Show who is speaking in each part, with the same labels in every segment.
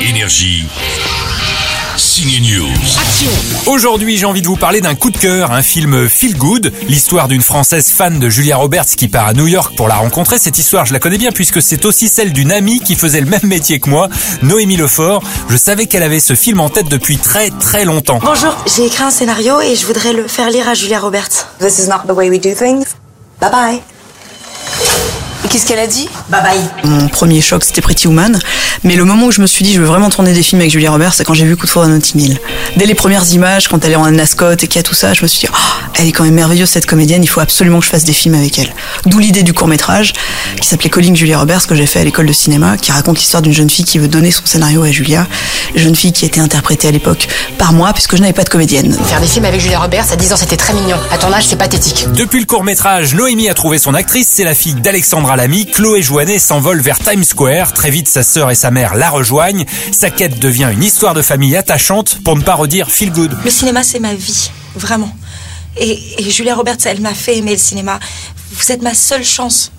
Speaker 1: Énergie. Signe News.
Speaker 2: Aujourd'hui, j'ai envie de vous parler d'un coup de cœur, un film feel good, l'histoire d'une Française fan de Julia Roberts qui part à New York pour la rencontrer. Cette histoire, je la connais bien puisque c'est aussi celle d'une amie qui faisait le même métier que moi, Noémie Lefort. Je savais qu'elle avait ce film en tête depuis très très longtemps.
Speaker 3: Bonjour, j'ai écrit un scénario et je voudrais le faire lire à Julia Roberts.
Speaker 4: This is not the way we do things. Bye bye. Qu'est-ce qu'elle a dit
Speaker 3: Bye bye.
Speaker 5: Mon premier choc, c'était Pretty Woman. Mais le moment où je me suis dit, je veux vraiment tourner des films avec Julia Roberts, c'est quand j'ai vu Coup de foudre à Notting Hill. Dès les premières images, quand elle est en ascotte et qu'il y a tout ça, je me suis dit, Oh, elle est quand même merveilleuse cette comédienne, il faut absolument que je fasse des films avec elle. D'où l'idée du court-métrage, qui s'appelait Calling Julia Roberts, que j'ai fait à l'école de cinéma, qui raconte l'histoire d'une jeune fille qui veut donner son scénario à Julia. Jeune fille qui était interprétée à l'époque par moi, puisque je n'avais pas de comédienne.
Speaker 6: Faire des films avec Julia Roberts à 10 ans, c'était très mignon. À ton âge, c'est pathétique.
Speaker 2: Depuis le court-métrage, Noémie a trouvé son actrice, c'est la fille d'Alexandra Lamy. Chloé Joannet s'envole vers Times Square. Très vite, sa sœur et sa mère la rejoignent. Sa quête devient une histoire de famille attachante, pour ne pas redire feel good.
Speaker 3: Le cinéma, c'est ma vie, vraiment. Et, et Julia Roberts, elle m'a fait aimer le cinéma. Vous êtes ma seule chance.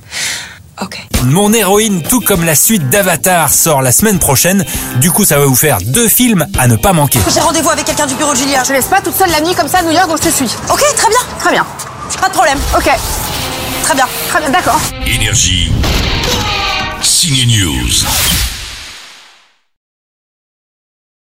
Speaker 3: Ok.
Speaker 2: Mon héroïne, tout comme la suite d'Avatar, sort la semaine prochaine. Du coup, ça va vous faire deux films à ne pas manquer.
Speaker 3: J'ai rendez-vous avec quelqu'un du bureau de Julia.
Speaker 6: Je te laisse pas toute seule la nuit comme ça à New York où je te suis.
Speaker 3: Ok, très bien,
Speaker 6: Très bien.
Speaker 3: pas de problème,
Speaker 6: Ok.
Speaker 3: très bien.
Speaker 6: Très bien. D'accord.
Speaker 1: Énergie. Signe News.